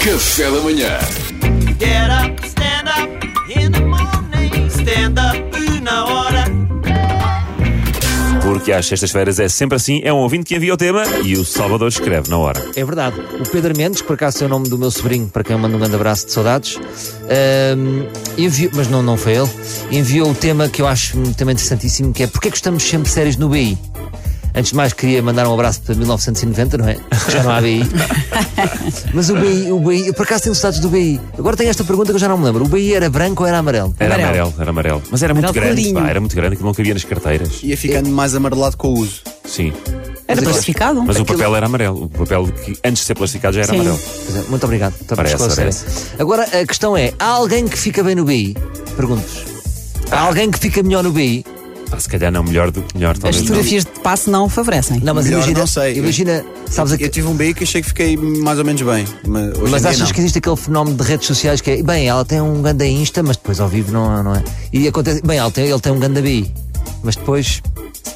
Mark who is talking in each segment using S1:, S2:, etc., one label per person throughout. S1: Café da manhã.
S2: Get up, stand up in the morning. Stand up na hora.
S3: Porque às sextas-feiras é sempre assim, é um ouvinte que envia o tema e o Salvador escreve na hora.
S4: É verdade. O Pedro Mendes, que por acaso é o nome do meu sobrinho, para quem eu mando um grande abraço de saudades, ahm, enviou, mas não, não foi ele, enviou o tema que eu acho também interessantíssimo, que é porque é que estamos sempre sérios no BI? Antes de mais, queria mandar um abraço para 1990, não é? Que Já não há BI. Mas o BI, o BI, eu por acaso tenho saudades do BI. Agora tenho esta pergunta que eu já não me lembro. O BI era branco ou era amarelo?
S3: Era
S5: Amarelo.
S3: amarelo, era amarelo. Mas era muito
S5: Amarelo
S3: grande,
S5: clarinho.
S3: pá, era muito grande, que não cabia nas carteiras.
S6: Ia ficando mais amarelado com o uso.
S3: Sim.
S5: Era plastificado?
S3: Mas o papel era amarelo. O papel que antes de ser plastificado já era
S5: Sim.
S3: amarelo.
S4: Pois é, Muito obrigado. Está para
S3: Parece,
S4: esclarecerem. Agora, a questão é, há alguém que fica bem no BI? Pergunto-vos. Há alguém que fica melhor no BI?
S3: Pá, se calhar não, melhor do melhor,
S5: As
S3: talvez. não.
S5: fotografias de passe não o favorecem.
S4: Não, mas
S6: Melhor,
S4: imagina,
S6: não sei.
S4: imagina, sabes
S6: Eu
S4: aqui,
S6: tive um BI que achei que fiquei mais ou menos bem. Mas, hoje
S4: mas
S6: em dia
S4: achas
S6: não.
S4: que existe aquele fenómeno de redes sociais que é, bem, ela tem um ganda Insta, mas depois ao vivo não, não é? E acontece, bem, ela tem, ele tem um ganda BI, mas depois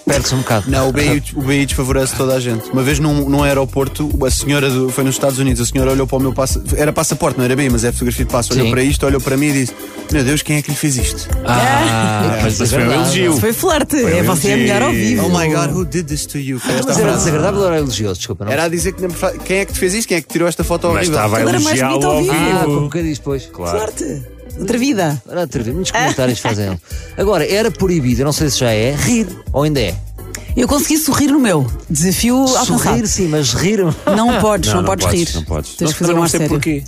S4: perde-se um bocado.
S6: Não, o BI, o BI desfavorece toda a gente. Uma vez num, num aeroporto, a senhora do- foi nos Estados Unidos, a senhora olhou para o meu passaporte, era passaporte, não era BI, mas é fotografia de passo, olhou
S4: Sim.
S6: para isto, olhou para mim e disse: Meu Deus, quem é que lhe fez isto?
S4: Ah,
S3: Mas, mas foi um
S4: desagradável.
S3: elogio.
S5: Foi flerte. É
S3: um
S5: você a melhor ao
S3: elogio.
S5: vivo.
S6: Oh my god, who did this to you? Foi esta
S4: Mas era um-
S6: frase.
S4: desagradável ou era elogioso? Desculpa, não?
S6: Era a dizer que não me fa- quem é que te fez isto? Quem é que tirou esta foto
S3: Mas
S6: horrível?
S3: estava a
S5: Aquilo era mais
S3: elogiá-lo
S5: bonito ao
S3: ao vivo.
S5: vivo.
S4: Ah, como um bocadinho depois.
S3: Claro.
S5: Flerte. Atrevida.
S4: Era atrevido, muitos comentários fazem ele. Agora, era proibido, eu não sei se já é, rir, ou ainda é.
S5: Eu consegui sorrir no meu. Desafio alcançado.
S4: Sorrir, sim, mas rir
S5: Não podes, não,
S3: não podes,
S5: podes rir.
S3: não podes.
S5: Tens
S3: Não,
S5: que fazer um ar sério.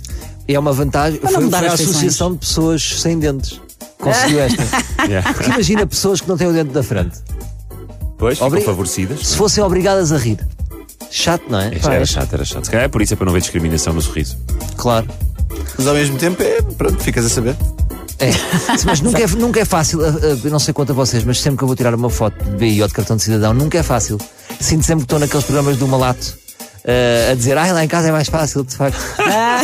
S4: é uma vantagem.
S5: Para não
S4: Foi,
S5: mudar
S4: foi a
S5: as feições.
S4: associação de pessoas sem dentes. Conseguiu esta.
S3: Yeah.
S4: Porque imagina pessoas que não têm o dente da frente.
S3: Pois, ficam
S4: Obrigado.
S3: favorecidas.
S4: Se fossem obrigadas a rir. Chato, não é?
S3: É,
S4: Pá,
S3: Era chato, era chato. Se calhar é por isso é para não haver discriminação no sorriso.
S4: Claro.
S6: Mas ao mesmo tempo, é, pronto, ficas a saber.
S4: É. Mas nunca é, nunca é fácil, ah, ah, eu não sei quanto a vocês, mas sempre que eu vou tirar uma foto de BI ou de cartão de cidadão, nunca é fácil. Sinto sempre que estou naqueles programas do Malato. ah, a dizer, ai, lá em casa é mais fácil, de facto. Porque há,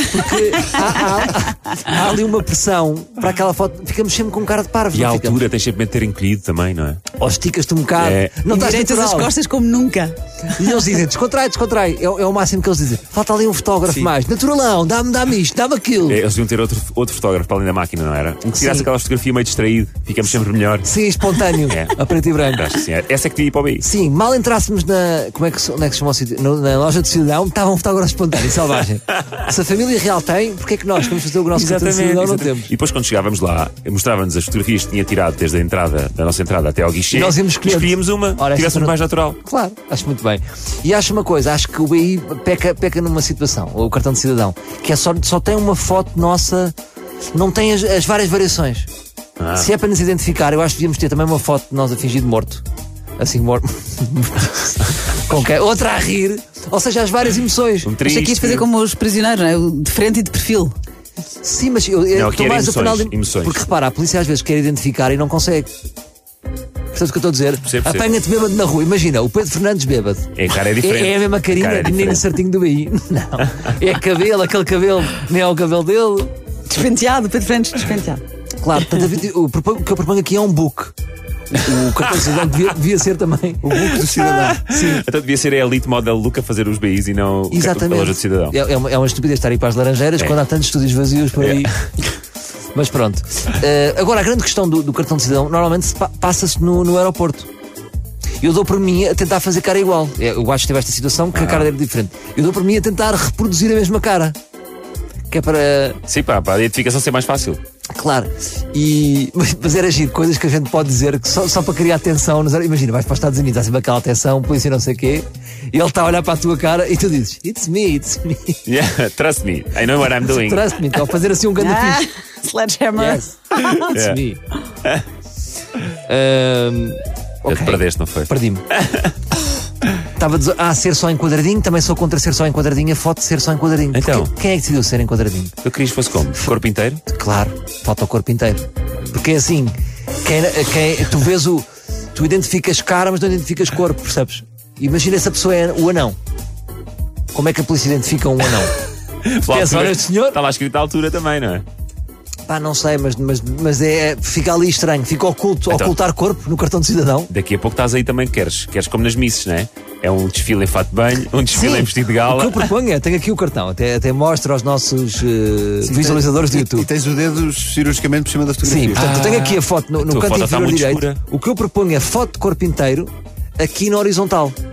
S4: há- há ali uma pressão para aquela foto. Ficamos sempre com cara de parvo.
S3: E a
S4: não ficamos?
S3: altura tens sempre medo de ter encolhido também, não é?
S4: Ou esticas-te um bocado.
S3: É.
S4: Não estás
S5: Direitas as
S4: natural.
S5: costas como nunca.
S4: E eles dizem, descontrai, descontrai. É, o- é o máximo que eles dizem. Falta ali um fotógrafo mais. Naturalão, dá-me, dá-me isto, dá-me aquilo.
S3: É, Eles deviam ter outro, outro fotógrafo para além da máquina, não era? Um que tirasse
S4: Sim.
S3: aquela fotografia meio distraído, ficamos sempre melhor.
S4: Sim, espontâneo.
S3: É.
S4: A preto e branco.
S3: Acho que sim. Essa é que tinha ir para o BI.
S4: Sim, mal entrássemos na. Como é que, se- onde é que se chama o sítio? No- na loja de cidadão, estava um fotógrafo espontâneo, selvagem. se a família real tem, porque é que nós vamos fazer o nosso cartão de cidadão não
S3: exatamente.
S4: temos?
S3: E depois, quando chegávamos lá, mostrava-nos as fotografias que tinha tirado desde a entrada, da nossa entrada até ao guichê.
S4: E nós íamos escolhendo.
S3: escolhíamos uma,
S4: Ora, esta
S3: que tivéssemos
S4: não-
S3: mais natural.
S4: Claro, acho muito bem. E acho uma coisa, acho que o BI peca, peca numa situação, o cartão de cidadão, que é só, só tem uma foto nossa, não tem as, as várias variações.
S3: Ah.
S4: Se é para nos identificar, eu acho que devíamos ter também uma foto de nós a fingir de morto. Assim, morto. Com quem? Outra a rir. Ou seja, as várias emoções.
S3: Um
S5: Isto
S3: triste.
S5: aqui é de fazer como os prisioneiros, não é? O De frente e de perfil.
S4: Sim, mas eu eu
S3: Não, aqui
S4: estou
S3: era
S4: mais
S3: emoções,
S4: a penal de...
S3: emoções.
S4: Porque repara, a polícia às vezes quer identificar e não consegue. Percebes o que eu estou a dizer?
S3: Percebo, percebo.
S4: Apanha-te bêbado na rua. Imagina, o Pedro Fernandes bêbado.
S3: É, cara, é diferente.
S4: É, é a mesma carinha
S3: Cara, é
S4: de menino
S3: diferente.
S4: certinho do BI. Não. É cabelo, aquele cabelo, nem é o cabelo dele.
S5: Despenteado, Pedro Fernandes despenteado.
S4: Claro, portanto, havia- o, propo- o que eu proponho aqui é um book. O cartão de cidadão devia, devia ser também. O book do cidadão. Sim.
S3: Então devia ser a Elite Model Luca fazer os BIs e não o é cartão da
S4: Exatamente.
S3: loja de cidadão.
S4: É, é uma, é uma estupidez estar aí para as laranjeiras
S3: É.
S4: quando há tantos estúdios vazios por aí. Mas pronto. Eh, agora, a grande questão do, do cartão de cidadão normalmente se pa- passa-se no, no aeroporto. Eu dou por mim a tentar fazer cara igual. Eh, Eu acho que teve esta situação
S3: Ah.
S4: que a cara era diferente. Eu dou por mim a tentar reproduzir a mesma cara. Que é para.
S3: Sim, pá, para a identificação ser mais fácil.
S4: Claro. E, mas, mas era giro, coisas que a gente pode dizer que só, só para criar atenção. Nos, imagina, vais para os Estados Unidos, há sempre aquela atenção, polícia não sei o quê, e ele está a olhar para a tua cara e tu dizes: It's me, it's me.
S3: Yeah, trust me, I know what I'm doing.
S4: Trust me, então, fazer assim um grande
S5: Ah,
S4: fixe.
S5: sledgehammer.
S4: Yes, it's
S3: Yeah.
S4: me. Ahm,
S3: É. Eu
S4: ok.
S3: te perdeste, não foi?
S4: Perdi-me. Estava a dizer, ah, ser só em quadradinho, também sou contra ser só em quadradinho, a foto de ser só em quadradinho.
S3: Então.
S4: Porquê? quem é que decidiu ser em quadradinho?
S3: Eu queria que fosse como? Corpo inteiro?
S4: Claro, falta o corpo inteiro. Porque é assim, quem, quem- tu vês o. Tu identificas cara, mas não identificas corpo, percebes? Imagina se a pessoa é o anão. Como é que a polícia identifica um anão? Pensa, olha, este senhor.
S3: Está Tá lá escrito a altura também, não é?
S4: Pá, não sei, mas, mas, mas é, fica ali estranho, fica oculto,
S3: Então-
S4: ocultar corpo no cartão de cidadão.
S3: Daqui a pouco estás aí também, queres, queres como nas misses, não é? É um desfile em fato de banho, um desfile em vestido de
S4: O que
S3: gala.
S4: eu proponho é, tenho aqui o cartão, até, até mostro aos nossos eh, visualizadores do
S6: E-
S4: YouTube.
S6: E tens o dedo cirurgicamente por cima da
S4: Sim,
S6: fotografia.
S4: portanto, eu tenho aqui a foto no, no
S3: tua
S4: canto
S3: foto está
S4: inferior
S3: muito
S4: direito.
S3: escura.
S4: O que eu proponho é foto de corpo inteiro, aqui na horizontal.
S3: Ok,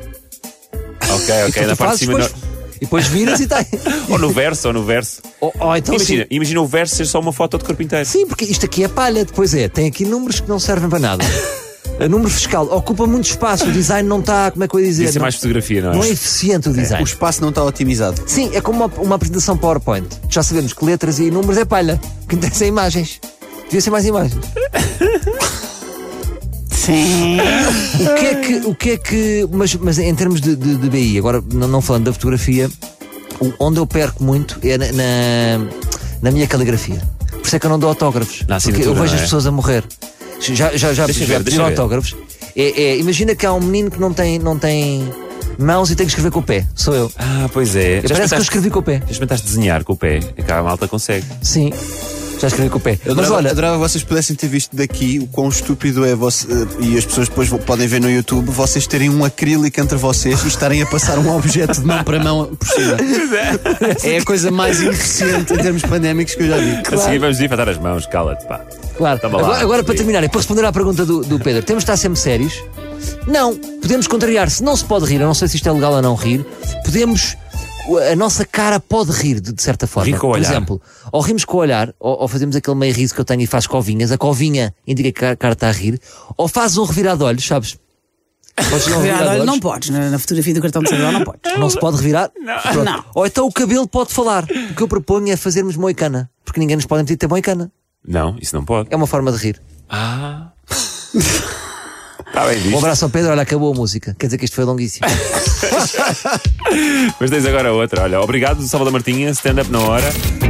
S4: e tu,
S3: ok, na
S4: é tu
S3: é parte de
S4: fazes,
S3: cima.
S4: depois,
S3: não-
S4: e depois viras e tá tem.
S3: Ou no verso, ou no verso.
S4: ou, ou então,
S3: Imagina, imagina o verso ser só uma foto de corpo inteiro.
S4: Sim, porque isto aqui é palha, depois é. Tem aqui números que não servem para nada. O número fiscal ocupa muito espaço, o design não está, como é que eu ia dizer?
S3: Devia ser
S4: não,
S3: mais fotografia, não é?
S4: não é eficiente o
S6: O
S4: design.
S6: espaço não está otimizado.
S4: Sim, é como uma, uma apresentação PowerPoint. Já sabemos que letras e números é palha. O que interessa é imagens. Devia ser mais imagens.
S5: Sim.
S4: O que é que. O que, é que mas, mas em termos de, de, de BI, agora não, não falando da fotografia, o- onde eu perco muito é na, na, na minha caligrafia. Por isso é que eu não dou autógrafos.
S3: Na
S4: porque eu
S3: assinatura,
S4: vejo
S3: não
S4: as
S3: é?
S4: pessoas a morrer. Já, já,
S3: Deixa
S4: já, já
S3: ver,
S4: pediram
S3: deixa ver.
S4: autógrafos. É, é, imagina que há um menino que não tem, não tem mãos e tem que escrever com o pé. Sou eu.
S3: Ah, pois é. Já
S4: Parece que eu
S3: experimentaste-
S4: escrevi com o pé.
S3: já experimentaste desenhar com o pé. É que a malta consegue.
S4: Sim. Já escrevi com o pé.
S6: Eu
S4: mas
S6: adorava,
S4: olha,
S6: adorava vocês pudessem ter visto daqui o quão estúpido é você, e as pessoas depois vo- podem ver no YouTube vocês terem um acrílico entre vocês e estarem a passar um objeto de mão para mão por cima. É a coisa mais ineficiente em termos pandémicos que eu já vi.
S3: A seguir Assim, vamos difatar as mãos, cala-te, pá.
S4: Claro.
S3: Toma lá,
S4: agora, agora, para
S3: Sim.
S4: terminar, e para responder à pergunta do, do Pedro, temos de estar sempre sérios? Não. Podemos contrariar-se. Não se pode rir. Eu não sei se isto é legal ou não rir. Podemos. A nossa cara pode rir, de, de certa forma.
S3: Rir com o
S4: Por
S3: olhar.
S4: exemplo, ou rimos com o olhar, ou, ou fazemos aquele meio riso que eu tenho e faz covinhas. A covinha indica que a cara está a rir. Ou fazes um revirar de olhos, sabes? Podes fazer um revirar de
S5: Olha,
S4: olhos.
S5: não podes, na, na fotografia do cartão de cidadão não podes.
S4: Não se pode revirar? Pronto.
S5: Não.
S4: Ou então o cabelo pode falar. O que eu proponho é fazermos moicana. Porque ninguém nos pode impedir de ter moicana.
S3: Não, isso não pode.
S4: É uma forma de rir.
S3: Ah. Está Tá bem
S4: Um
S3: visto.
S4: abraço ao Pedro, olha, acabou a música. Quer dizer que isto foi longuíssimo.
S3: Mas tens agora outra. Olha, obrigado, Salvador Martinha, stand-up na hora.